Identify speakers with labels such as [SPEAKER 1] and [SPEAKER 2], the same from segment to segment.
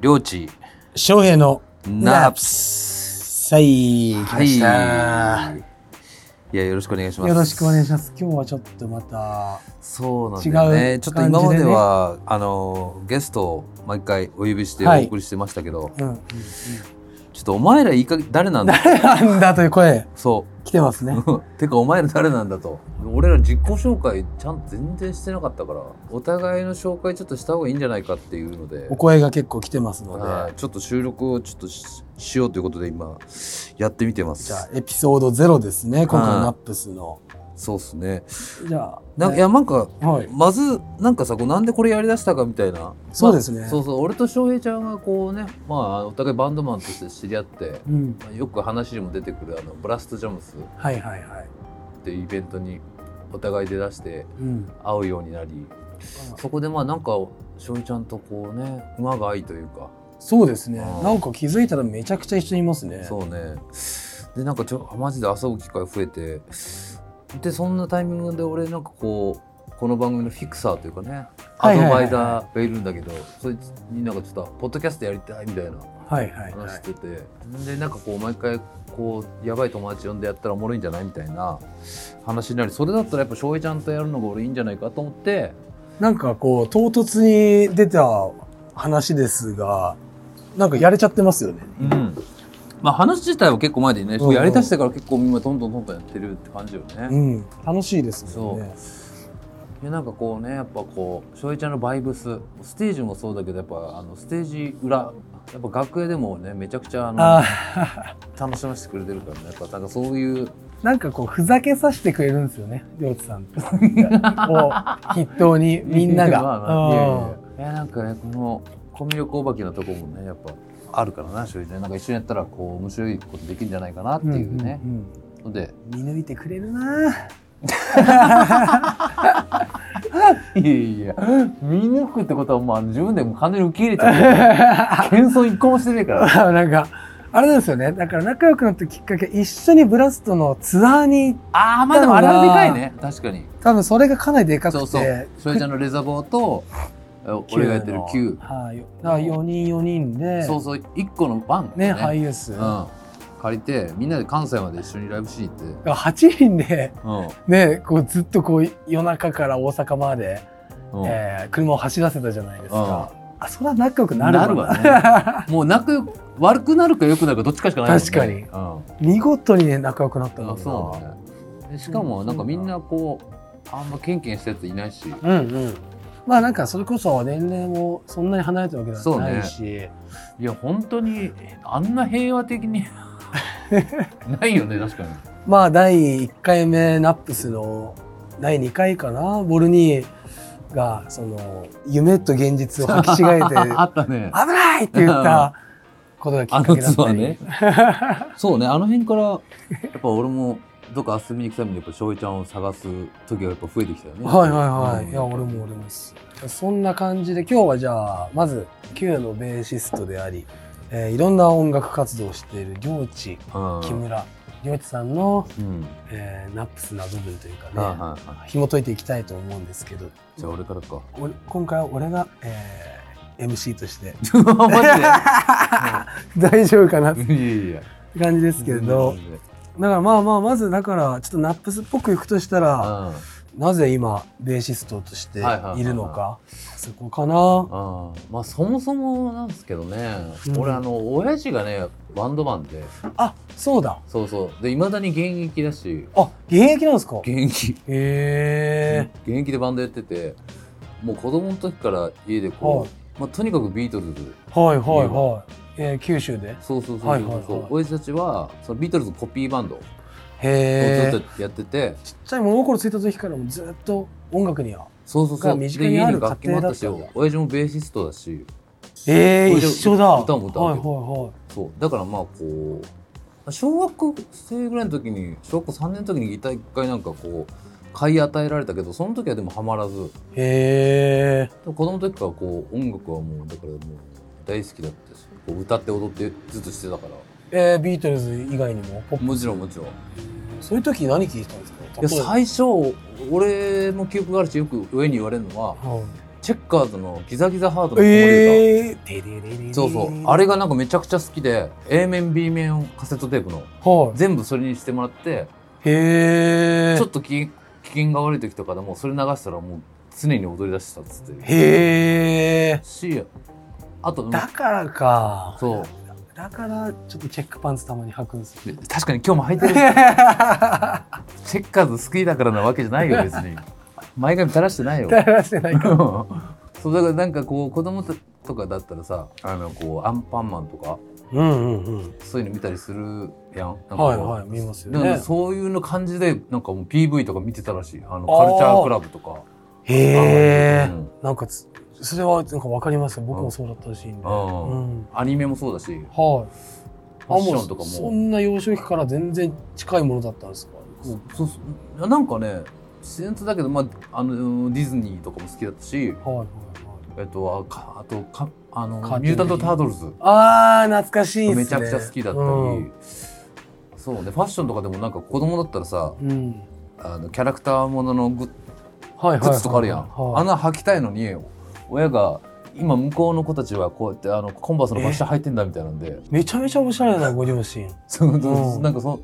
[SPEAKER 1] 領地、
[SPEAKER 2] 翔平の
[SPEAKER 1] ナープ
[SPEAKER 2] ナープ
[SPEAKER 1] ス。
[SPEAKER 2] ス。さい、来ました、
[SPEAKER 1] いや、よろしくお願いします。
[SPEAKER 2] よろしくお願いします。今日はちょっとまた、
[SPEAKER 1] そうなんだよね。
[SPEAKER 2] 違う
[SPEAKER 1] ちょっと今までは、あの、ゲストを毎回お呼びして
[SPEAKER 2] は
[SPEAKER 1] お
[SPEAKER 2] い
[SPEAKER 1] 送りしてましたけど、
[SPEAKER 2] うんうん。
[SPEAKER 1] ちょっとお前らいいかげ誰なんだ
[SPEAKER 2] 誰なんだという声、
[SPEAKER 1] そ
[SPEAKER 2] 来てますね。
[SPEAKER 1] う。 てか、お前ら誰なんだと。俺ら自己紹介ちゃんと全然してなかったから、お互いの紹介ちょっとした方がいいんじゃないかっていうので
[SPEAKER 2] お、声が結構来てますの
[SPEAKER 1] は
[SPEAKER 2] で
[SPEAKER 1] い、ちょっと収録をちょっとししようということで今、やってみてます。
[SPEAKER 2] じゃあ、エピソード0ですね。今回
[SPEAKER 1] は
[SPEAKER 2] の
[SPEAKER 1] い
[SPEAKER 2] ナップスの。
[SPEAKER 1] そうっすね。
[SPEAKER 2] じゃあ、
[SPEAKER 1] なんか、い
[SPEAKER 2] ね
[SPEAKER 1] や、なんか、
[SPEAKER 2] はい。
[SPEAKER 1] まず、なんかさ、こうなんでこれやりだしたかみたいな。
[SPEAKER 2] そうですね。
[SPEAKER 1] まあそうそう、俺と翔平ちゃんがこうね、まあ、お互いバンドマンとして知り合って、
[SPEAKER 2] うん。
[SPEAKER 1] まあよく話にも出てくる、あの、ブラストジャムスっ
[SPEAKER 2] はいはいはい。
[SPEAKER 1] ていうイベントに、お互い出だして、
[SPEAKER 2] うん。
[SPEAKER 1] 会うようになり、そこでまあ、なんか、翔平ちゃんとこうね、馬が合いというか、
[SPEAKER 2] そうですね。
[SPEAKER 1] あー
[SPEAKER 2] なんか気づいたらめちゃくちゃ一緒にいますね。
[SPEAKER 1] そうね。で、なんかちょ、マジで遊ぶ機会増えて、で、そんなタイミングで俺なんかこう、この番組のフィクサーというかね、
[SPEAKER 2] は
[SPEAKER 1] ア
[SPEAKER 2] い
[SPEAKER 1] ド
[SPEAKER 2] はいは
[SPEAKER 1] バ
[SPEAKER 2] い
[SPEAKER 1] イザーがいるんだけど、そいつになんかちょっと、ポッドキャストやりたいみたいな
[SPEAKER 2] はいはいは
[SPEAKER 1] 話し
[SPEAKER 2] い。
[SPEAKER 1] てて、で、なんかこう、毎回、こう、やばい友達呼んでやったらおもろいんじゃないみたいな話になり、それだったらやっぱ翔平ちゃんとやるのが俺いいんじゃないかと思って、
[SPEAKER 2] なんかこう、唐突に出た話ですが、なんかやれちゃってますよね。
[SPEAKER 1] うん。まあ話自体は結構前でね、
[SPEAKER 2] うんうん
[SPEAKER 1] やりだしてから結構今どんどんどんどんやってるって感じよね。
[SPEAKER 2] うん。楽しいですよね。
[SPEAKER 1] いやなんかこうねやっぱこう翔平ちゃんのバイブスステージもそうだけどやっぱあのステージ裏やっぱ楽屋でもねめちゃくちゃあの
[SPEAKER 2] あ
[SPEAKER 1] 楽しませてくれてるからねやっぱなんかそういう
[SPEAKER 2] ーなんかこう、ふざけさせてくれるんですよね、りょうちさん って。こう、筆頭にみんな
[SPEAKER 1] まあ
[SPEAKER 2] が。
[SPEAKER 1] まあいやい
[SPEAKER 2] うん
[SPEAKER 1] やいやなんかねこのコミュ力お化けのとこもねやっぱあるからな翔平ちゃんなんか一緒にやったらこう面白いことできるんじゃないかなっていうね、
[SPEAKER 2] んん
[SPEAKER 1] ので
[SPEAKER 2] うん見抜いてくれるな
[SPEAKER 1] うんいやいや見抜くってことはまあ自分でも完全に受け入れちゃって謙遜一個もしてないから
[SPEAKER 2] ぁなんか、あれなんですよね。だから仲良くなったきっかけ、一緒にブラストのツアーに、
[SPEAKER 1] ああまあでもあれはでかいね確かに
[SPEAKER 2] 多分それがかなりでかくて。
[SPEAKER 1] そうそう。それちゃんのレザボーと、え俺がやってる Q。
[SPEAKER 2] はい、だから4人4人で
[SPEAKER 1] そうそう、一個の番
[SPEAKER 2] ね
[SPEAKER 1] ね。
[SPEAKER 2] ハイエース、
[SPEAKER 1] う
[SPEAKER 2] が
[SPEAKER 1] ん。借りて、みんなで関西まで一緒にライブしに行って。
[SPEAKER 2] 8人で
[SPEAKER 1] う
[SPEAKER 2] ねこうずっとこう夜中から大阪まで、
[SPEAKER 1] ん。うん
[SPEAKER 2] えー車を走らせたじゃないですか、あそれは仲良くなる
[SPEAKER 1] なるわね。もう仲良く、悪くなるか良くなるかどっちかしかないもんね。
[SPEAKER 2] 確かに
[SPEAKER 1] うん。あ
[SPEAKER 2] 見事にね仲良くなったんだ
[SPEAKER 1] そう
[SPEAKER 2] う
[SPEAKER 1] ねで。しかも、なんかみんなこう、あんまケンケンしたやついないし。
[SPEAKER 2] うんうんまあなんかそれこそ年齢もそんなに離れてるわけで
[SPEAKER 1] そ
[SPEAKER 2] は
[SPEAKER 1] う
[SPEAKER 2] な
[SPEAKER 1] ね
[SPEAKER 2] いし、
[SPEAKER 1] いや、本当に、あんな平和的 に。ないよね、確かに。
[SPEAKER 2] まあ第1回目ナップスの第2回かなボルニーがその夢と現実を履き違え て
[SPEAKER 1] あったね。
[SPEAKER 2] 危ないって言ったことがきっ
[SPEAKER 1] あ
[SPEAKER 2] か
[SPEAKER 1] の
[SPEAKER 2] けだっ
[SPEAKER 1] ツア
[SPEAKER 2] た
[SPEAKER 1] ー
[SPEAKER 2] り、
[SPEAKER 1] ね。そうね、あの辺から、やっぱ俺も、どっか遊びに行くために、やっぱ翔ちゃんを探す時がやっぱ増えてきたよね。
[SPEAKER 2] はいはいはい、いや
[SPEAKER 1] うん
[SPEAKER 2] 俺も俺もですそんな感じで今日はじゃあまず Q のベーシストであり、えーいろんな音楽活動をしている領地木村領地さんの、
[SPEAKER 1] うん。うん。
[SPEAKER 2] えーナップスな部分という
[SPEAKER 1] はいはい
[SPEAKER 2] かね
[SPEAKER 1] は
[SPEAKER 2] 紐解いていきたいと思うんですけど
[SPEAKER 1] い。じゃあ俺からか。
[SPEAKER 2] 俺今回は俺が、えー MC として 大丈夫かなっ
[SPEAKER 1] マ
[SPEAKER 2] て
[SPEAKER 1] ジでいやいや。
[SPEAKER 2] 感じですけど
[SPEAKER 1] 全然
[SPEAKER 2] だからまあまあまずだからちょっとナップスっぽくいくとしたら、
[SPEAKER 1] 全然。
[SPEAKER 2] なぜ今ベーシストとしているの
[SPEAKER 1] はいはいはい
[SPEAKER 2] かそこかな
[SPEAKER 1] あまあそもそもなんですけどね、
[SPEAKER 2] うん
[SPEAKER 1] 俺あの親父がねバンドマンで
[SPEAKER 2] あそうだ
[SPEAKER 1] そうそうでいまだに現役だし
[SPEAKER 2] あ現役なんですかへ
[SPEAKER 1] 現役
[SPEAKER 2] え
[SPEAKER 1] 現役でバンドやっててもう子供の時から家で
[SPEAKER 2] は
[SPEAKER 1] こ、
[SPEAKER 2] いう
[SPEAKER 1] まあ、とにかくビートルズ
[SPEAKER 2] はいはいはい、えー、九州でへ
[SPEAKER 1] そうそうそうそう、
[SPEAKER 2] はいはいはい
[SPEAKER 1] 親父たちはそのビートルズのコピーバンドをず
[SPEAKER 2] え
[SPEAKER 1] っとやってて、
[SPEAKER 2] ちっちゃい物心ついた時からもずっと音楽には
[SPEAKER 1] そうそうそ
[SPEAKER 2] が
[SPEAKER 1] うで
[SPEAKER 2] 身近
[SPEAKER 1] 家
[SPEAKER 2] にある
[SPEAKER 1] に楽器もあったし
[SPEAKER 2] 家庭だったんだ
[SPEAKER 1] 親父もベーシストだし
[SPEAKER 2] え
[SPEAKER 1] こ
[SPEAKER 2] え
[SPEAKER 1] れで
[SPEAKER 2] 一緒だ
[SPEAKER 1] 歌も歌う
[SPEAKER 2] はい
[SPEAKER 1] けど
[SPEAKER 2] は
[SPEAKER 1] そうだからまあこう小学生ぐらいの時に小学校3年の時にギター一回なんかこう買い与えられたけどその時はでもハマらずで
[SPEAKER 2] いはいへえ
[SPEAKER 1] も子供の時からこう音楽はもうだからもう大好きだったしこう歌って踊ってずっとしてたから
[SPEAKER 2] えー、ビートルズ以外にもポップ
[SPEAKER 1] もちろんもちろん
[SPEAKER 2] そういう時何聴いてたんですか
[SPEAKER 1] いや
[SPEAKER 2] 例えば
[SPEAKER 1] 最初俺も記憶があるしよく上に言われるのは
[SPEAKER 2] はい
[SPEAKER 1] チェッカーズのギザギザハードの子守歌
[SPEAKER 2] えー、
[SPEAKER 1] そうそうあれがなんかめちゃくちゃ好きで A 面 B 面カセットテープの
[SPEAKER 2] はい
[SPEAKER 1] 全部それにしてもらって
[SPEAKER 2] へえ
[SPEAKER 1] ちょっと機機嫌が悪い時とかでもそれ流したらもう常に踊り出してたっつって
[SPEAKER 2] へえ
[SPEAKER 1] しあと
[SPEAKER 2] だからか
[SPEAKER 1] そう
[SPEAKER 2] だからちょっとチェックパンツたまに履くんです よ
[SPEAKER 1] で確かに今日も履いて るチェッカーズ好きだからなわけじゃない よ別に前髪垂らしてないよ
[SPEAKER 2] だらしてないか
[SPEAKER 1] そうだからなんかこう子供とかだったらさあのこうアンパンマンとか
[SPEAKER 2] うんうんうん
[SPEAKER 1] そういうの見たりするやんなんかこう
[SPEAKER 2] はいはい見ますよ
[SPEAKER 1] なんか
[SPEAKER 2] ね
[SPEAKER 1] そういうの感じでなんかもう PV とか見てたらしいあのカルチャークラブとか
[SPEAKER 2] へえ
[SPEAKER 1] うん
[SPEAKER 2] なんかつそれはなんかわかりますよ僕もそうだったらしいんで
[SPEAKER 1] う
[SPEAKER 2] うんん
[SPEAKER 1] アニメもそうだし
[SPEAKER 2] はい
[SPEAKER 1] ファッションとか
[SPEAKER 2] あうそ
[SPEAKER 1] も
[SPEAKER 2] んな幼少期から全然近いものだったんですか
[SPEAKER 1] そうそうそうなんかね自然とだけど、まあ、あのディズニーとかも好きだったし、
[SPEAKER 2] はいはいはい
[SPEAKER 1] えっと、あかあとかあの
[SPEAKER 2] カーテン
[SPEAKER 1] ミュータント・タートルズ
[SPEAKER 2] あー懐かしいっすね
[SPEAKER 1] めちゃくちゃ好きだったり、
[SPEAKER 2] うん
[SPEAKER 1] そうねファッションとかでもなんか子供だったらさ
[SPEAKER 2] うん
[SPEAKER 1] あのキャラクターもののグッ
[SPEAKER 2] はいはいはい
[SPEAKER 1] 靴とかあるやん、
[SPEAKER 2] はい
[SPEAKER 1] あんな履きたいのに親が今向こうの子たちはこうやってあのコンバースのバッシャー履いてんだみたいなんで
[SPEAKER 2] めちゃめちゃおしゃれなご両親へ
[SPEAKER 1] そのそううんなんかその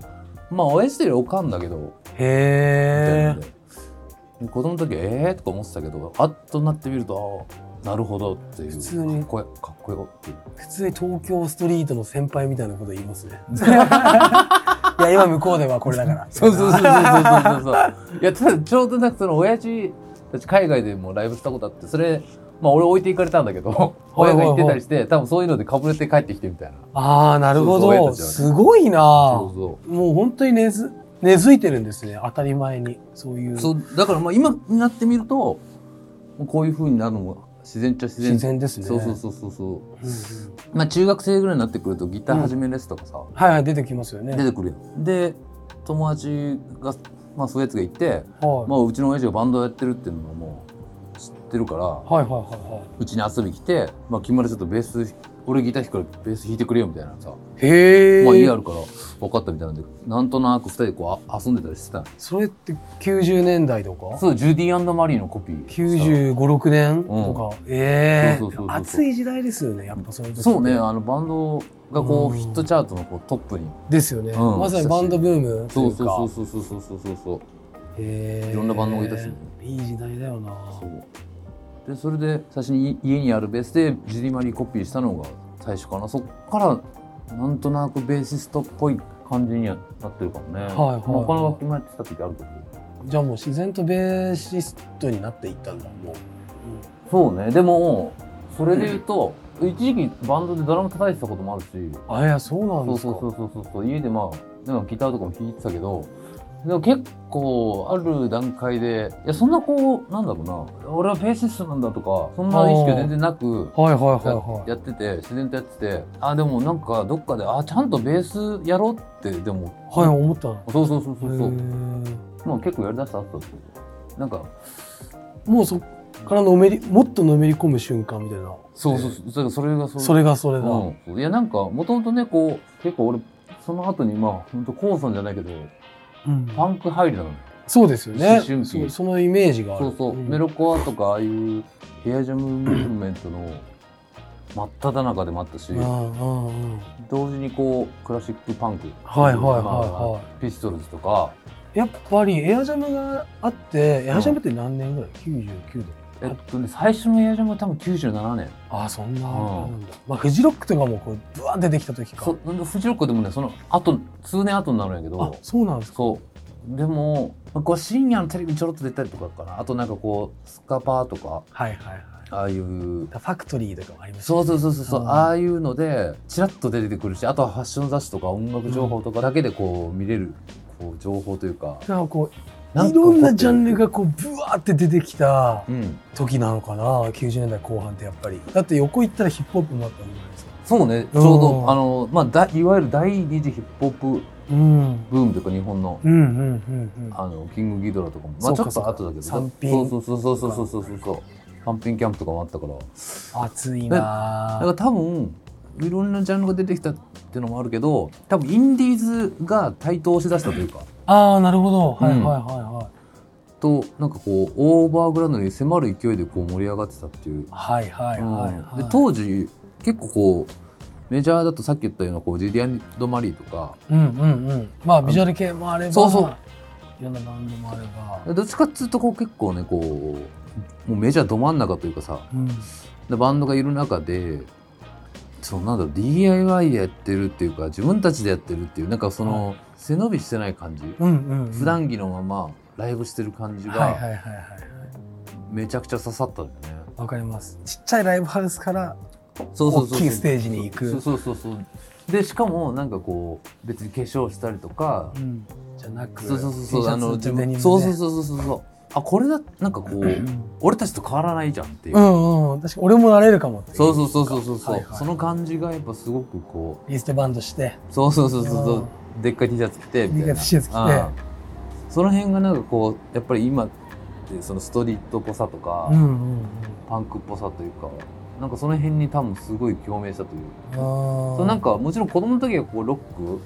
[SPEAKER 1] まあ親父よりおかんだけど、
[SPEAKER 2] え
[SPEAKER 1] みたいなんで子供の時はええー、とか思ってたけどあっとなってみるとああなるほどっていう
[SPEAKER 2] 普通
[SPEAKER 1] かっ
[SPEAKER 2] に
[SPEAKER 1] こよかっこよっていう
[SPEAKER 2] 普通に東京ストリートの先輩みたいなこと言います ねいや今向こうではこれだから
[SPEAKER 1] そうそうそうそうそうそうそういやただちょうどなんかその親父たち海外でもライブしたことあってそれまあ俺置いていかれたんだけど
[SPEAKER 2] いはい
[SPEAKER 1] 親
[SPEAKER 2] は
[SPEAKER 1] が
[SPEAKER 2] い
[SPEAKER 1] 行ってたりして多分そういうのでかぶれて帰ってきてみたいな
[SPEAKER 2] ああなるほど
[SPEAKER 1] そうそう
[SPEAKER 2] すごい
[SPEAKER 1] そう
[SPEAKER 2] な
[SPEAKER 1] そ
[SPEAKER 2] もう本当に根付根付いてるんですね当たり前にそういう
[SPEAKER 1] うそうだからまあ今になってみるともうこういうふうになるのも自然っちゃ自然
[SPEAKER 2] 自然ですね
[SPEAKER 1] そうそうそうそうそう
[SPEAKER 2] うんうん
[SPEAKER 1] まあ中学生ぐらいになってくるとギター始めるやつとかさ、
[SPEAKER 2] はいはい出てきますよね
[SPEAKER 1] 出てくるやんで友達がまあそういうやつがいて、
[SPEAKER 2] はい
[SPEAKER 1] まあ、うちの親父がバンドやってるっていうのも知ってるから
[SPEAKER 2] はいはいはいは
[SPEAKER 1] うちに遊び来て、まあ、木村ちょっとベース俺ギター弾くからベース弾いてくれよみたいなさ、
[SPEAKER 2] いへえ、
[SPEAKER 1] まあ家あるから分かったみたいなんでなんとなく二人でこうあ遊んでたりしてたの
[SPEAKER 2] それって90年代とか
[SPEAKER 1] そうジュディマリーのコピー
[SPEAKER 2] 9 5 6年とか、ええ
[SPEAKER 1] そうそうそうそう
[SPEAKER 2] 暑い時代ですよねやっぱそういう時って
[SPEAKER 1] そうねあのバンドがこ
[SPEAKER 2] う
[SPEAKER 1] うんヒットチャートのこうトップに
[SPEAKER 2] ですよね、
[SPEAKER 1] うん
[SPEAKER 2] まさにバンドブームと
[SPEAKER 1] そ
[SPEAKER 2] いううか
[SPEAKER 1] そうそうそうそうそうそうそう
[SPEAKER 2] へえ
[SPEAKER 1] いろんなバンドがいたしね
[SPEAKER 2] いい時代だよな
[SPEAKER 1] そうでそれで最初に家にあるベースでジュディマリーコピーしたのが最初かなそっからなんとなくベーシストっぽい感じにはなってるかもねはい
[SPEAKER 2] はいはい
[SPEAKER 1] 他の楽器もやってた時あるけど
[SPEAKER 2] じゃあもう自然とベーシストになっていったんだもう、
[SPEAKER 1] そうねでもそれで言うと、一時期バンドでドラム叩いてたこともあるし
[SPEAKER 2] あいやそうな
[SPEAKER 1] そ
[SPEAKER 2] んで
[SPEAKER 1] う
[SPEAKER 2] すか
[SPEAKER 1] そうそうそうそう家でまあなんかギターとかも弾いてたけどでも結構ある段階でいやそんなこうなんだろうな俺はベーシストなんだとかそんな意識は全然なく
[SPEAKER 2] はいはいはい
[SPEAKER 1] や
[SPEAKER 2] はい
[SPEAKER 1] やってて自然とやっててあでもなんかどっかであちゃんとベースやろうってでも
[SPEAKER 2] はい思ったの
[SPEAKER 1] そうそうそうそうそ
[SPEAKER 2] へ
[SPEAKER 1] う
[SPEAKER 2] ー
[SPEAKER 1] まあ結構やりだした後だったなんか
[SPEAKER 2] もうそっからのめりもっとのめり込む瞬間みたいな
[SPEAKER 1] そうそうそうそれがそれがそう
[SPEAKER 2] それがそれだ、
[SPEAKER 1] うん、いやなんかもともとねこう結構俺その後にまあ本当コウさんじゃないけど
[SPEAKER 2] うん
[SPEAKER 1] パンク入りなのよ
[SPEAKER 2] そうですよね
[SPEAKER 1] 思春期
[SPEAKER 2] そうそのイメージがある
[SPEAKER 1] そうそう、
[SPEAKER 2] ん
[SPEAKER 1] メロコアとかああいうヘアジャムムーブメントの真っ只中でもあったし、
[SPEAKER 2] うんうんうん
[SPEAKER 1] 同時にこうクラシックパンク
[SPEAKER 2] はいはいはい
[SPEAKER 1] ま
[SPEAKER 2] は
[SPEAKER 1] あピストルズとか
[SPEAKER 2] い。やっぱりエアジャムがあって、エアジャムって何年ぐらい ?99
[SPEAKER 1] え
[SPEAKER 2] 度。
[SPEAKER 1] っとね最初のヘアジャムは多分97年
[SPEAKER 2] ああ、そんな。
[SPEAKER 1] うん
[SPEAKER 2] なんだまあ、フジロックとかもこう、ブワー出てきた時か
[SPEAKER 1] そ。なんかフジロックでもねその後数年後になるんやけ
[SPEAKER 2] あ
[SPEAKER 1] ど、
[SPEAKER 2] そうなんですか。
[SPEAKER 1] そうでもこう深夜のテレビにちょろっと出たりとかかなあとなんかこうスカパーとか
[SPEAKER 2] はいはいはい。
[SPEAKER 1] ああいう
[SPEAKER 2] ファクトリーとかもあります
[SPEAKER 1] そうそうそうそうそう
[SPEAKER 2] うん
[SPEAKER 1] ああいうのでちらっと出てくるしあとはファッション雑誌とか音楽情報とかだけでこう見れるこう情報というか
[SPEAKER 2] なんかこ
[SPEAKER 1] な
[SPEAKER 2] う、
[SPEAKER 1] か
[SPEAKER 2] いろんなジャンルがこう、ブワーって出てきた
[SPEAKER 1] うん
[SPEAKER 2] 時なのかな、90年代後半ってやっぱり。だって横行ったらヒップホップもあったんじゃないですか。
[SPEAKER 1] そうねちょう
[SPEAKER 2] う
[SPEAKER 1] ど
[SPEAKER 2] ん
[SPEAKER 1] あのまあだいわゆる第二次ヒップホップ
[SPEAKER 2] うん。
[SPEAKER 1] ブームというか日本の
[SPEAKER 2] うんうんうんうん。
[SPEAKER 1] あのキングギドラとかも、ま
[SPEAKER 2] そ
[SPEAKER 1] あ、
[SPEAKER 2] う
[SPEAKER 1] ち
[SPEAKER 2] か
[SPEAKER 1] ょっと後だけど
[SPEAKER 2] そうか三品
[SPEAKER 1] そうそうそうそうそうそうそうそう三品キャンプとかもあったから
[SPEAKER 2] 熱いな
[SPEAKER 1] だから多分いろんなジャンルが出てきたっていうのもあるけど多分インディーズが台頭しだしたというか
[SPEAKER 2] ああ、なるほど。はい
[SPEAKER 1] うん
[SPEAKER 2] はいはいはい。
[SPEAKER 1] となんかこうオーバーグラウンドに迫る勢いでこう盛り上がってたっていう、
[SPEAKER 2] はいはいはい、
[SPEAKER 1] うん
[SPEAKER 2] は
[SPEAKER 1] で
[SPEAKER 2] い。
[SPEAKER 1] 当時結構こうメジャーだとさっき言ったようなこうジュディアン・ド・マリーとか
[SPEAKER 2] うんうんうん。まあビジュアル系もあれば、
[SPEAKER 1] そうそう
[SPEAKER 2] いろんなバンドもあれば。
[SPEAKER 1] どっちかっつうとこう結構ねこうもうメジャーど真ん中というかさ
[SPEAKER 2] うん、
[SPEAKER 1] でバンドがいる中でそうなんだろう DIY やってるっていうか自分たちでやってるっていうなんかその背伸びしてない感じ、
[SPEAKER 2] うんうんうん。
[SPEAKER 1] 普段着のままライブしてる感じ
[SPEAKER 2] はいはい
[SPEAKER 1] が
[SPEAKER 2] はいはい。
[SPEAKER 1] めちゃくちゃ刺さったんだよね。
[SPEAKER 2] わかります。ちっちゃいライブハウスから、
[SPEAKER 1] そうそうそう
[SPEAKER 2] 大きいステージに行く
[SPEAKER 1] そうそうそうそうでしかもなんかこう別に化粧したりとか、
[SPEAKER 2] うん、じゃなく、
[SPEAKER 1] そうそうそうそうあの
[SPEAKER 2] T
[SPEAKER 1] 自
[SPEAKER 2] シャツとデニム
[SPEAKER 1] 分
[SPEAKER 2] で
[SPEAKER 1] そうそうそうそうそうそうあこれだなんかこう、
[SPEAKER 2] うん
[SPEAKER 1] 俺たちと変わらないじゃんっていう、
[SPEAKER 2] うんうん、確かに俺もなれるかもってい
[SPEAKER 1] そうそうそうそうそうそう、
[SPEAKER 2] はいはい
[SPEAKER 1] その感じがやっぱすごくこ
[SPEAKER 2] リストバンドして、
[SPEAKER 1] うそうそうそうそうそうでっかい T シャツ着てみたい
[SPEAKER 2] で
[SPEAKER 1] な
[SPEAKER 2] っかい T シャツ着て
[SPEAKER 1] うんその辺がなんかこうやっぱり今ってそのストリートっぽさとか、
[SPEAKER 2] うんうんうん、
[SPEAKER 1] パンクっぽさというかなんかその辺に多分すごい共鳴したという
[SPEAKER 2] そ
[SPEAKER 1] そうなんかもちろん子供の時はこうロック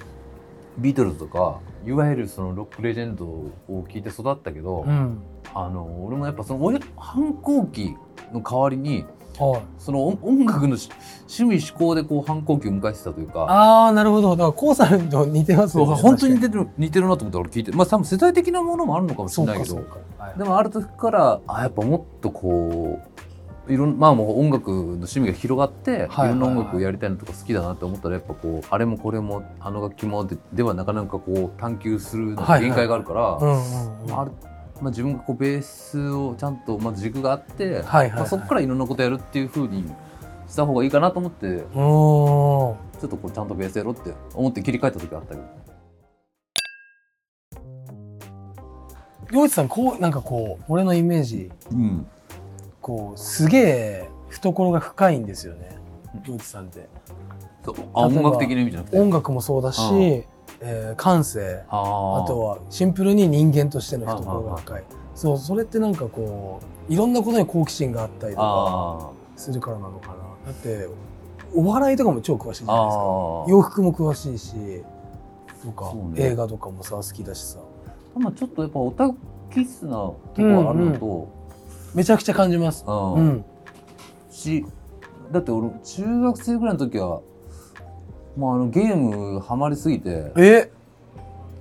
[SPEAKER 1] ビートルズとかいわゆるそのロックレジェンドを聞いて育ったけど、
[SPEAKER 2] うん、
[SPEAKER 1] あの俺もやっぱその親反抗期の代わりに
[SPEAKER 2] はい
[SPEAKER 1] その音音楽のし趣味嗜好でこう反抗期を迎えてたというか。
[SPEAKER 2] ああなるほどだからコウさんと似てます
[SPEAKER 1] そう
[SPEAKER 2] よね
[SPEAKER 1] 本当に似てる似てるなと思って俺聞いてまあ多分世代的なものもあるのかもし
[SPEAKER 2] そう
[SPEAKER 1] れない
[SPEAKER 2] か
[SPEAKER 1] け
[SPEAKER 2] そう
[SPEAKER 1] ど
[SPEAKER 2] か、はい
[SPEAKER 1] でもある時からあやっぱもっとこういろんまあもう音楽の趣味が広がって、
[SPEAKER 2] はい
[SPEAKER 1] いろんな音楽をやりたいのとか好きだなって思ったらやっぱこうあれもこれもあの楽器もでではなかなかこう探求するの
[SPEAKER 2] はいはい
[SPEAKER 1] 限界があるから、
[SPEAKER 2] うんうんうん
[SPEAKER 1] まああるまあ、自分がこうベースをちゃんとまあ軸があって、
[SPEAKER 2] はいはいはい
[SPEAKER 1] まあ、そこからいろんなことやるっていうふうにした方がいいかなと思って
[SPEAKER 2] おー
[SPEAKER 1] ちょっとこうちゃんとベースやろうって思って切り替えた時があったけど。
[SPEAKER 2] 洋一さんこうなんかこう俺のイメージ
[SPEAKER 1] うん
[SPEAKER 2] こうすげえ懐が深いんですよね洋一さんって
[SPEAKER 1] そうあ
[SPEAKER 2] 例え
[SPEAKER 1] 音
[SPEAKER 2] ば
[SPEAKER 1] 楽的な意味じゃなくて
[SPEAKER 2] 音楽もそうだし、
[SPEAKER 1] うん
[SPEAKER 2] えー感性
[SPEAKER 1] あ
[SPEAKER 2] あ
[SPEAKER 1] あ
[SPEAKER 2] とはシンプルに人間としての懐
[SPEAKER 1] あ
[SPEAKER 2] が
[SPEAKER 1] あ
[SPEAKER 2] 深いそうそれってなんかこういろんなことに好奇心があったりとか
[SPEAKER 1] あ
[SPEAKER 2] するからなのかなだってお笑いとかも超詳しいじ
[SPEAKER 1] ー
[SPEAKER 2] ゃないですか
[SPEAKER 1] あー
[SPEAKER 2] 洋服も詳しいしとか、
[SPEAKER 1] そうね
[SPEAKER 2] 映画とかもさ好きだしさ
[SPEAKER 1] まあちょっとやっぱオタキスなとこあるのと、
[SPEAKER 2] めちゃくちゃ感じます
[SPEAKER 1] うん
[SPEAKER 2] うん
[SPEAKER 1] しだって俺中学生ぐらいの時は、まあ、あのゲームハマりすぎて
[SPEAKER 2] え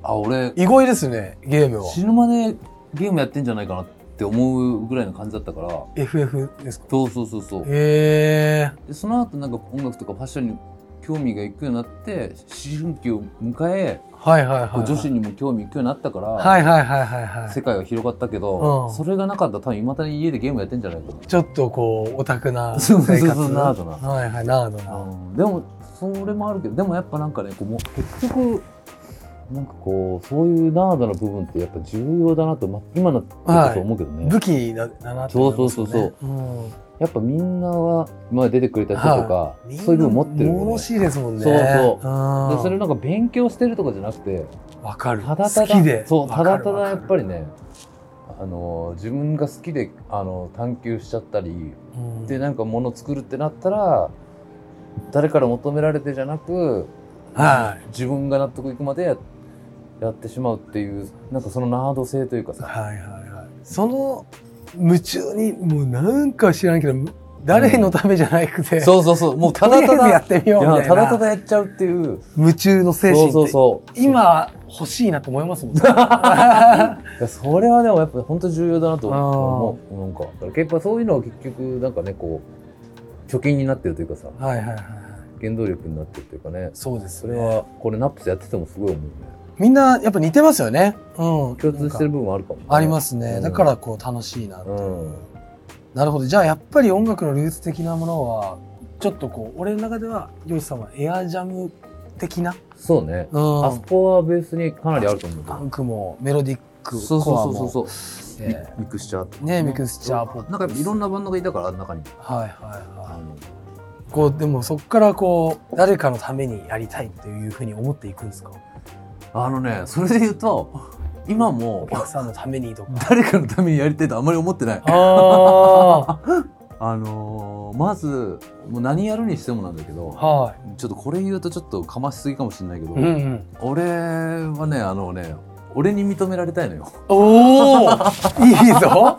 [SPEAKER 1] あ俺
[SPEAKER 2] 意外ですねゲームは
[SPEAKER 1] 死ぬまでゲームやってんじゃないかなって思うぐらいの感じだったから
[SPEAKER 2] FF ですか
[SPEAKER 1] そうそうそうそう
[SPEAKER 2] へえ
[SPEAKER 1] でその後なんか音楽とかファッションに興味がいくようになって思春期を迎え
[SPEAKER 2] はいはいはい
[SPEAKER 1] こ
[SPEAKER 2] は
[SPEAKER 1] う
[SPEAKER 2] い
[SPEAKER 1] 女子にも興味いくようになったから、
[SPEAKER 2] はいはいはいはいは
[SPEAKER 1] 世
[SPEAKER 2] い
[SPEAKER 1] 界が広がったけど、
[SPEAKER 2] うん
[SPEAKER 1] それがなかったら多分いまだに家でゲームやってんじゃないかな
[SPEAKER 2] ちょっとこうオタクな生
[SPEAKER 1] そうそう
[SPEAKER 2] 活
[SPEAKER 1] そうナードな
[SPEAKER 2] はいはいナードな
[SPEAKER 1] うんでもそれもあるけどでもやっぱなんかねこうもう結局なんかこうそういうナードな部分ってやっぱ重要だなと、ま、今なってこそ思うけどね、
[SPEAKER 2] 武器だだなって思いますよね
[SPEAKER 1] そうそう
[SPEAKER 2] うん
[SPEAKER 1] やっぱみんなが今出てくれた人とか、
[SPEAKER 2] みんな
[SPEAKER 1] そういう部分持ってるよ
[SPEAKER 2] 物
[SPEAKER 1] ね
[SPEAKER 2] しいですもんね
[SPEAKER 1] そうそう
[SPEAKER 2] うん
[SPEAKER 1] でそれなんか勉強してるとかじゃなくて
[SPEAKER 2] わかる
[SPEAKER 1] ただただ
[SPEAKER 2] 好きで
[SPEAKER 1] そう
[SPEAKER 2] わ
[SPEAKER 1] た
[SPEAKER 2] か
[SPEAKER 1] だ
[SPEAKER 2] る
[SPEAKER 1] ただやっ
[SPEAKER 2] わか
[SPEAKER 1] ぱりねあの自分が好きであの探求しちゃったり
[SPEAKER 2] るうん
[SPEAKER 1] でなんか物作るってなったら誰から求められてじゃなく
[SPEAKER 2] は
[SPEAKER 1] 自分が納得いくまでややってしまうっていうなんかそのナード性というか
[SPEAKER 2] い
[SPEAKER 1] さ
[SPEAKER 2] はいはいはいその夢中にもうなんか知らんけど誰のためじゃなくて、
[SPEAKER 1] そうそうそうもうた
[SPEAKER 2] と
[SPEAKER 1] だ
[SPEAKER 2] り
[SPEAKER 1] た
[SPEAKER 2] あえず
[SPEAKER 1] だ
[SPEAKER 2] やってみようみたい
[SPEAKER 1] い
[SPEAKER 2] な
[SPEAKER 1] やただただやっちゃうっていう
[SPEAKER 2] 夢中の精神
[SPEAKER 1] そう
[SPEAKER 2] って
[SPEAKER 1] そうそう
[SPEAKER 2] 今欲しいなと思いま すもんね
[SPEAKER 1] いやそれはでもやっぱ本当重要だなと思うなんかだから結構そういうのは結局なんかねこう貯金になってるというかさ
[SPEAKER 2] はいはいはいはい
[SPEAKER 1] 原動力になってるというかね
[SPEAKER 2] そうです
[SPEAKER 1] それ
[SPEAKER 2] ね
[SPEAKER 1] はこれナップスやっててもすごい思うね
[SPEAKER 2] みんなやっぱ似てますよねう
[SPEAKER 1] 共
[SPEAKER 2] ん
[SPEAKER 1] 通してる
[SPEAKER 2] なんか
[SPEAKER 1] 部分はあるかも、ね、
[SPEAKER 2] ありますす
[SPEAKER 1] う
[SPEAKER 2] ね
[SPEAKER 1] ん
[SPEAKER 2] だからこう楽しいな
[SPEAKER 1] うん
[SPEAKER 2] なるほどじゃあやっぱり音楽のルーツ的なものはちょっとこう俺の中では漁師さんはエアジャム的な、
[SPEAKER 1] そうね、
[SPEAKER 2] うん、
[SPEAKER 1] あそこはベースにかなりあると思うけ
[SPEAKER 2] パ
[SPEAKER 1] ど
[SPEAKER 2] ンクもメロディック
[SPEAKER 1] そう
[SPEAKER 2] コア
[SPEAKER 1] そう
[SPEAKER 2] も
[SPEAKER 1] そうそうそう、ミ
[SPEAKER 2] えー
[SPEAKER 1] ミクスチャーとか
[SPEAKER 2] ねミクスチャーポップ
[SPEAKER 1] なんかいろんなバンドがいたから中に
[SPEAKER 2] はいはい
[SPEAKER 1] あ
[SPEAKER 2] は
[SPEAKER 1] の
[SPEAKER 2] いこうでもそこからこう誰かのためにやりたいっていうふうに思っていくんですか
[SPEAKER 1] あのねそれで言うと今も
[SPEAKER 2] お客さんのためにとか
[SPEAKER 1] 誰かのためにやりたいとあんまり思ってない
[SPEAKER 2] あ
[SPEAKER 1] あのーまずもう何やるにしてもなんだけど
[SPEAKER 2] は
[SPEAKER 1] ちょっとこれ言うとちょっとかましすぎかもしれないけど、
[SPEAKER 2] いうんうん
[SPEAKER 1] 俺はねあのね俺に認められたいのよ
[SPEAKER 2] おおいいぞ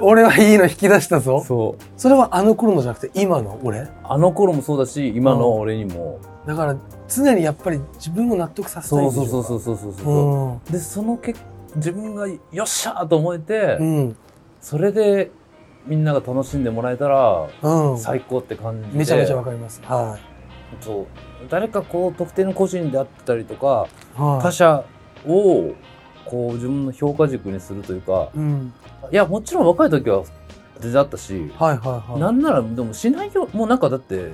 [SPEAKER 2] 俺はいいの引き出したぞ
[SPEAKER 1] そう
[SPEAKER 2] それはあの頃のじゃなくて今の俺
[SPEAKER 1] あの頃もそうだし今の俺にも
[SPEAKER 2] だから常にやっぱり自分を納得させた
[SPEAKER 1] そ
[SPEAKER 2] いん
[SPEAKER 1] う
[SPEAKER 2] でし
[SPEAKER 1] そ
[SPEAKER 2] ょ
[SPEAKER 1] うそうそううそうそうそう
[SPEAKER 2] そ
[SPEAKER 1] でその結自分がよっしゃーと思えて、
[SPEAKER 2] うんうん
[SPEAKER 1] それでみんなが楽しんでもらえたら
[SPEAKER 2] うん
[SPEAKER 1] 最高って感じで、
[SPEAKER 2] めちゃめちゃわかりますは
[SPEAKER 1] そう誰かこう特定の個人であったりとか
[SPEAKER 2] いはい
[SPEAKER 1] 他者をこう自分の評価軸にするというか
[SPEAKER 2] うん
[SPEAKER 1] いやもちろん若い時は全然あったし、
[SPEAKER 2] はいはいはい
[SPEAKER 1] なんならでもしないよもうなんかだって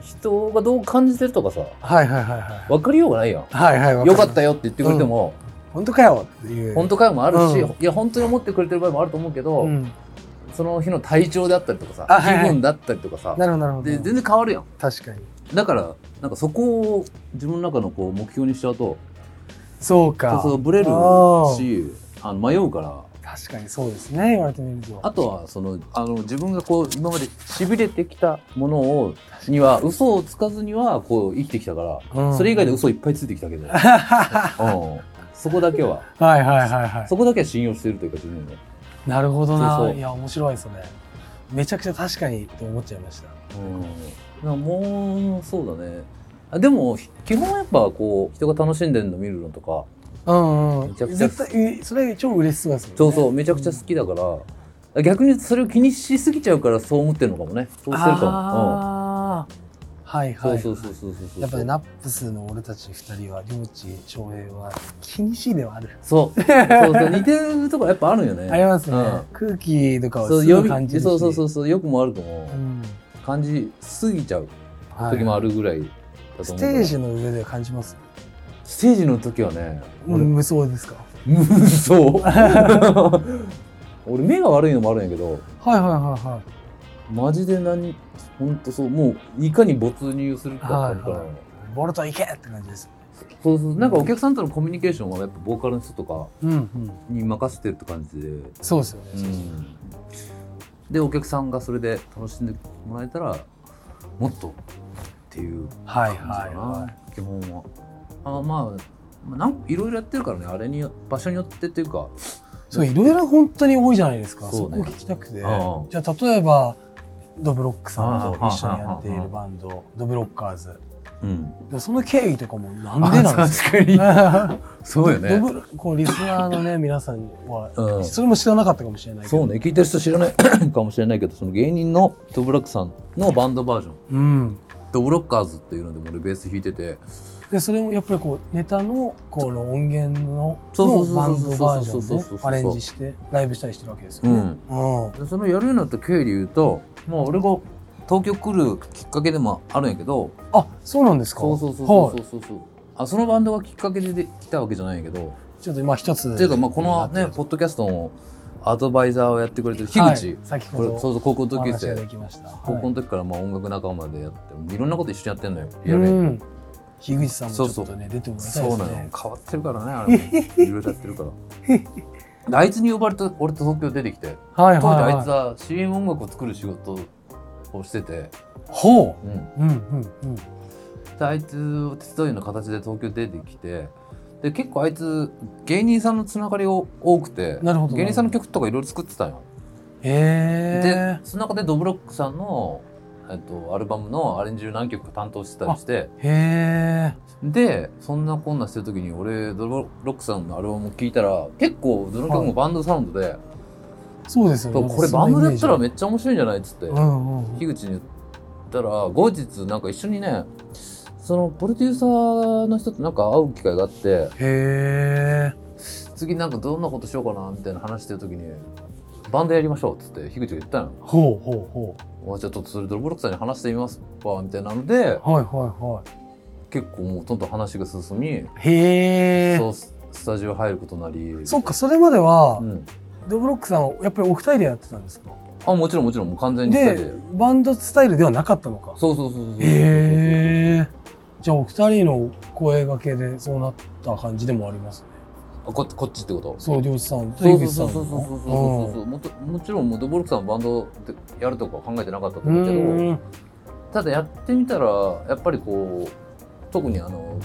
[SPEAKER 1] 人がどう感じてるとかさ
[SPEAKER 2] はいはいはいはい
[SPEAKER 1] 分かりようがないやん
[SPEAKER 2] はいはいわる
[SPEAKER 1] よかったよって言ってくれても、
[SPEAKER 2] 本当かよっていう
[SPEAKER 1] 本当かよもあるし、
[SPEAKER 2] うん
[SPEAKER 1] いや本当に思ってくれてる場合もあると思うけど、
[SPEAKER 2] うん
[SPEAKER 1] その日の体調であったりとかさ、
[SPEAKER 2] あはいはい
[SPEAKER 1] 気分だったりとかさ
[SPEAKER 2] なるほどなるほど
[SPEAKER 1] で全然変わるやん
[SPEAKER 2] 確かに
[SPEAKER 1] だからなんかそこを自分の中のこう目標にしちゃうと
[SPEAKER 2] そうか
[SPEAKER 1] そうそうブレる
[SPEAKER 2] あー
[SPEAKER 1] しあの迷うから
[SPEAKER 2] 確かにそうですね言われてみると
[SPEAKER 1] あとはそのあの自分がこう今までしびれてきたものをには嘘をつかずにはこう生きてきたから、
[SPEAKER 2] うん
[SPEAKER 1] それ以外で嘘いっぱいついてきたけど、うん、 そこだけは
[SPEAKER 2] はいはいはいはい
[SPEAKER 1] そこだけは信用してるというか自分で、
[SPEAKER 2] なるほどな
[SPEAKER 1] そうそう
[SPEAKER 2] いや面白いですねめちゃくちゃ確かにって思っちゃいました
[SPEAKER 1] うん、だからもうそうだねあでも基本はやっぱこう人が楽しんでるの見るのとか
[SPEAKER 2] うんうん
[SPEAKER 1] めちゃくちゃ
[SPEAKER 2] 絶対それ超嬉しそうですよね
[SPEAKER 1] そうそうめちゃくちゃ好きだから逆にそれを気にしすぎちゃうからそう思ってるのかもねそうしてるか
[SPEAKER 2] ああはい
[SPEAKER 1] も、
[SPEAKER 2] は
[SPEAKER 1] う
[SPEAKER 2] い
[SPEAKER 1] ん、そうそうそうそうそうそう
[SPEAKER 2] やっぱりナップスの俺たち二人は両地翔平は気にしいではある、
[SPEAKER 1] そうそうそう似てるとこやっぱあるよね
[SPEAKER 2] ありますね、
[SPEAKER 1] うん
[SPEAKER 2] 空気とか
[SPEAKER 1] そ
[SPEAKER 2] を
[SPEAKER 1] う
[SPEAKER 2] す
[SPEAKER 1] より
[SPEAKER 2] ぐ感じるし、
[SPEAKER 1] そうそうそううそうよくも悪くも
[SPEAKER 2] ん
[SPEAKER 1] 感じすぎちゃう
[SPEAKER 2] はい
[SPEAKER 1] 時もあるぐらいだと思
[SPEAKER 2] ス
[SPEAKER 1] う
[SPEAKER 2] テ
[SPEAKER 1] から
[SPEAKER 2] ージの上で感じます
[SPEAKER 1] ステージの時はね
[SPEAKER 2] う
[SPEAKER 1] 俺
[SPEAKER 2] ん無双ですか
[SPEAKER 1] うん そう俺目が悪いのもあるんやけど
[SPEAKER 2] はいはいはいはい
[SPEAKER 1] マジで何ほんとそうもういかに没入するか
[SPEAKER 2] はいは
[SPEAKER 1] だ
[SPEAKER 2] い
[SPEAKER 1] から
[SPEAKER 2] ボルトいけって感じです
[SPEAKER 1] そうそうなんかお客さんとのコミュニケーションはやっぱボーカルの人とか
[SPEAKER 2] うんうん
[SPEAKER 1] に任せてるって感じで、
[SPEAKER 2] そうですよね、
[SPEAKER 1] でお客さんがそれで楽しんでもらえたらもっとっていう
[SPEAKER 2] はいは
[SPEAKER 1] 感
[SPEAKER 2] い
[SPEAKER 1] じかな、
[SPEAKER 2] は
[SPEAKER 1] 基本はあまあまあなんかいろいろやってるからねあれによ場所によってっていうか
[SPEAKER 2] いそういろいろ本当に多いじゃないですか
[SPEAKER 1] そ
[SPEAKER 2] そう
[SPEAKER 1] ね
[SPEAKER 2] こ聞きたくてじ
[SPEAKER 1] うん
[SPEAKER 2] ゃあ例えばドブロックさんと一緒に
[SPEAKER 1] うんうんうんうん
[SPEAKER 2] やっているバンドドブロッカーズ
[SPEAKER 1] うん
[SPEAKER 2] でその経緯とかもなんでなんです
[SPEAKER 1] すかに
[SPEAKER 2] か
[SPEAKER 1] そうよね
[SPEAKER 2] ドブこうリスナーのね皆さんは、
[SPEAKER 1] うん
[SPEAKER 2] それも知らなかったかもしれないけど
[SPEAKER 1] そうね聞いてる人知らない かもしれないけどその芸人のトブラックさんのバンドバージョン
[SPEAKER 2] うん、
[SPEAKER 1] ドブロッカーズっていうのでも俺ベース弾いてて
[SPEAKER 2] でそれもやっぱりこうネタのこの音源の
[SPEAKER 1] そうそうそ
[SPEAKER 2] の
[SPEAKER 1] う
[SPEAKER 2] バンドバージョン
[SPEAKER 1] そうそうそうそ
[SPEAKER 2] で
[SPEAKER 1] うそう
[SPEAKER 2] アレンジしてライブしたりしてるわけですよね。
[SPEAKER 1] うん
[SPEAKER 2] うん
[SPEAKER 1] でそのやるようになった経緯で言うともう俺が東京来るきっかけでもあるんやけど
[SPEAKER 2] あそうなんですか
[SPEAKER 1] そうそうそう
[SPEAKER 2] はい
[SPEAKER 1] そうそうそう、あそのバンドがきっかけでで来たわけじゃないんやけど、
[SPEAKER 2] ちょっとまあ一つ
[SPEAKER 1] っていうかまあこのねポッドキャストのアドバイザーをやってくれてる樋口、
[SPEAKER 2] はい、先ほ
[SPEAKER 1] これそう
[SPEAKER 2] ど
[SPEAKER 1] そう高校の同
[SPEAKER 2] お
[SPEAKER 1] 級
[SPEAKER 2] 話が
[SPEAKER 1] 生
[SPEAKER 2] できました。はい
[SPEAKER 1] 高校の時からまあ音楽仲間でやっていろんなこと一緒にやってんのよや
[SPEAKER 2] う
[SPEAKER 1] べ
[SPEAKER 2] ん樋口さんもちょっと
[SPEAKER 1] そうそ
[SPEAKER 2] ね出てもらいたい
[SPEAKER 1] そう
[SPEAKER 2] です
[SPEAKER 1] なの
[SPEAKER 2] ね。
[SPEAKER 1] 変わってるからねあれもいろいろやってるから であいつに呼ばれて俺と東京出てきて
[SPEAKER 2] はい
[SPEAKER 1] 当時
[SPEAKER 2] はい
[SPEAKER 1] あいつ
[SPEAKER 2] はい。
[SPEAKER 1] は CM 音楽を作る仕事をしてて、
[SPEAKER 2] ほ
[SPEAKER 1] うん、
[SPEAKER 2] う。うんうんうん。
[SPEAKER 1] であいつを手伝うような形で東京出てきてで結構あいつ芸人さんのつながりが多くて
[SPEAKER 2] なるほど
[SPEAKER 1] 芸人さんの曲とかいろいろ作ってたんよ、
[SPEAKER 2] へ
[SPEAKER 1] でその中でドブロックさんの、えっと、アルバムのアレンジを何曲か担当してたりして
[SPEAKER 2] え。へえ。
[SPEAKER 1] でそんなこんなしてる時に俺ドブロックさんのアルバムを聴いたら結構どの曲もバンドサウンドで、
[SPEAKER 2] そうですよ
[SPEAKER 1] そう
[SPEAKER 2] ね。
[SPEAKER 1] これバンドでやったらめっちゃ面白いんじゃないっつって、
[SPEAKER 2] うんうんうん。
[SPEAKER 1] 樋口に言ったら後日なんか一緒にねそのプロデューサーの人となんか会う機会があって
[SPEAKER 2] へえ。
[SPEAKER 1] 次なんかどんなことしようかなみたいな話してる時にバンドやりましょうっつって樋口が言ったの
[SPEAKER 2] ほうほうほ
[SPEAKER 1] あじゃあちょっとそれドロボロックさんに話してみますわみたいなので
[SPEAKER 2] う。はいはい
[SPEAKER 1] 結構もうどんどん話が進み、
[SPEAKER 2] はい。へえ。
[SPEAKER 1] そうススタジオ入ることになり
[SPEAKER 2] そっか、それまでは、
[SPEAKER 1] うん、
[SPEAKER 2] ドブロックさんはやっぱりお二人でやってたんですか
[SPEAKER 1] あもちろんもちろんもう完全にスタジオ
[SPEAKER 2] で、バンドスタイルではなかったのか。
[SPEAKER 1] そうそうそうそうそう
[SPEAKER 2] へえ。じゃあお二人の声掛けでそうなった感じでもありますね。
[SPEAKER 1] あここっちってこと
[SPEAKER 2] そう、漁師さんと
[SPEAKER 1] そう
[SPEAKER 2] 井
[SPEAKER 1] そう
[SPEAKER 2] 口さ
[SPEAKER 1] そ
[SPEAKER 2] ん
[SPEAKER 1] う
[SPEAKER 2] の。
[SPEAKER 1] そうそうそうそうそうもともちろんもうドボルクさんバンドでやるとかは考えてなかったと思う
[SPEAKER 2] う
[SPEAKER 1] け
[SPEAKER 2] ん
[SPEAKER 1] どただやってみたらやっぱりこう特にあの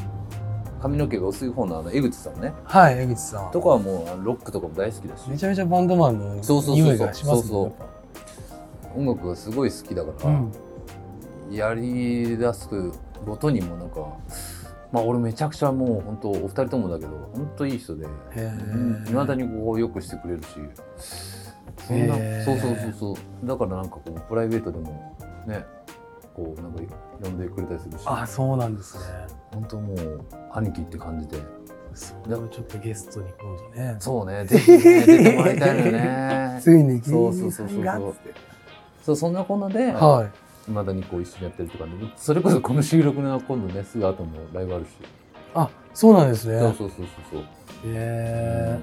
[SPEAKER 1] 髪の毛が薄い方のあの江口さんね
[SPEAKER 2] はい、江口さん。
[SPEAKER 1] とかはもうあのロックとかも大好きだし
[SPEAKER 2] めちゃめちゃバンドマンの
[SPEAKER 1] そうそうそうそう
[SPEAKER 2] 匂いがしますね。
[SPEAKER 1] そう音楽がすごい好きだか
[SPEAKER 2] う
[SPEAKER 1] ら、
[SPEAKER 2] ん
[SPEAKER 1] やりだすごとにもなんかまあ俺めちゃくちゃもう本当お二人ともだけど本当いい人で
[SPEAKER 2] へー
[SPEAKER 1] いまだにこうよくしてくれるしそんな
[SPEAKER 2] へー
[SPEAKER 1] そうそうそうそうだからなんかこうプライベートでもねこうなんか呼んでくれたりするし
[SPEAKER 2] あ、そうなんですね。
[SPEAKER 1] 本当もう兄貴って感じで
[SPEAKER 2] それをちょっとゲストに今度ね。
[SPEAKER 1] そうねぜひね出てもらいたいのよ ね
[SPEAKER 2] ついに芸
[SPEAKER 1] そうそ
[SPEAKER 2] 人
[SPEAKER 1] うそ
[SPEAKER 2] さ
[SPEAKER 1] うそ
[SPEAKER 2] ん
[SPEAKER 1] う
[SPEAKER 2] が
[SPEAKER 1] そうそんなこんなで
[SPEAKER 2] はい
[SPEAKER 1] まだにこう一緒にやってるって感じでそれこそこの収録の今度ねすぐ後もライブあるし
[SPEAKER 2] い。あ、そうなんです
[SPEAKER 1] そう
[SPEAKER 2] ね。
[SPEAKER 1] そうそうそうそう
[SPEAKER 2] へえ。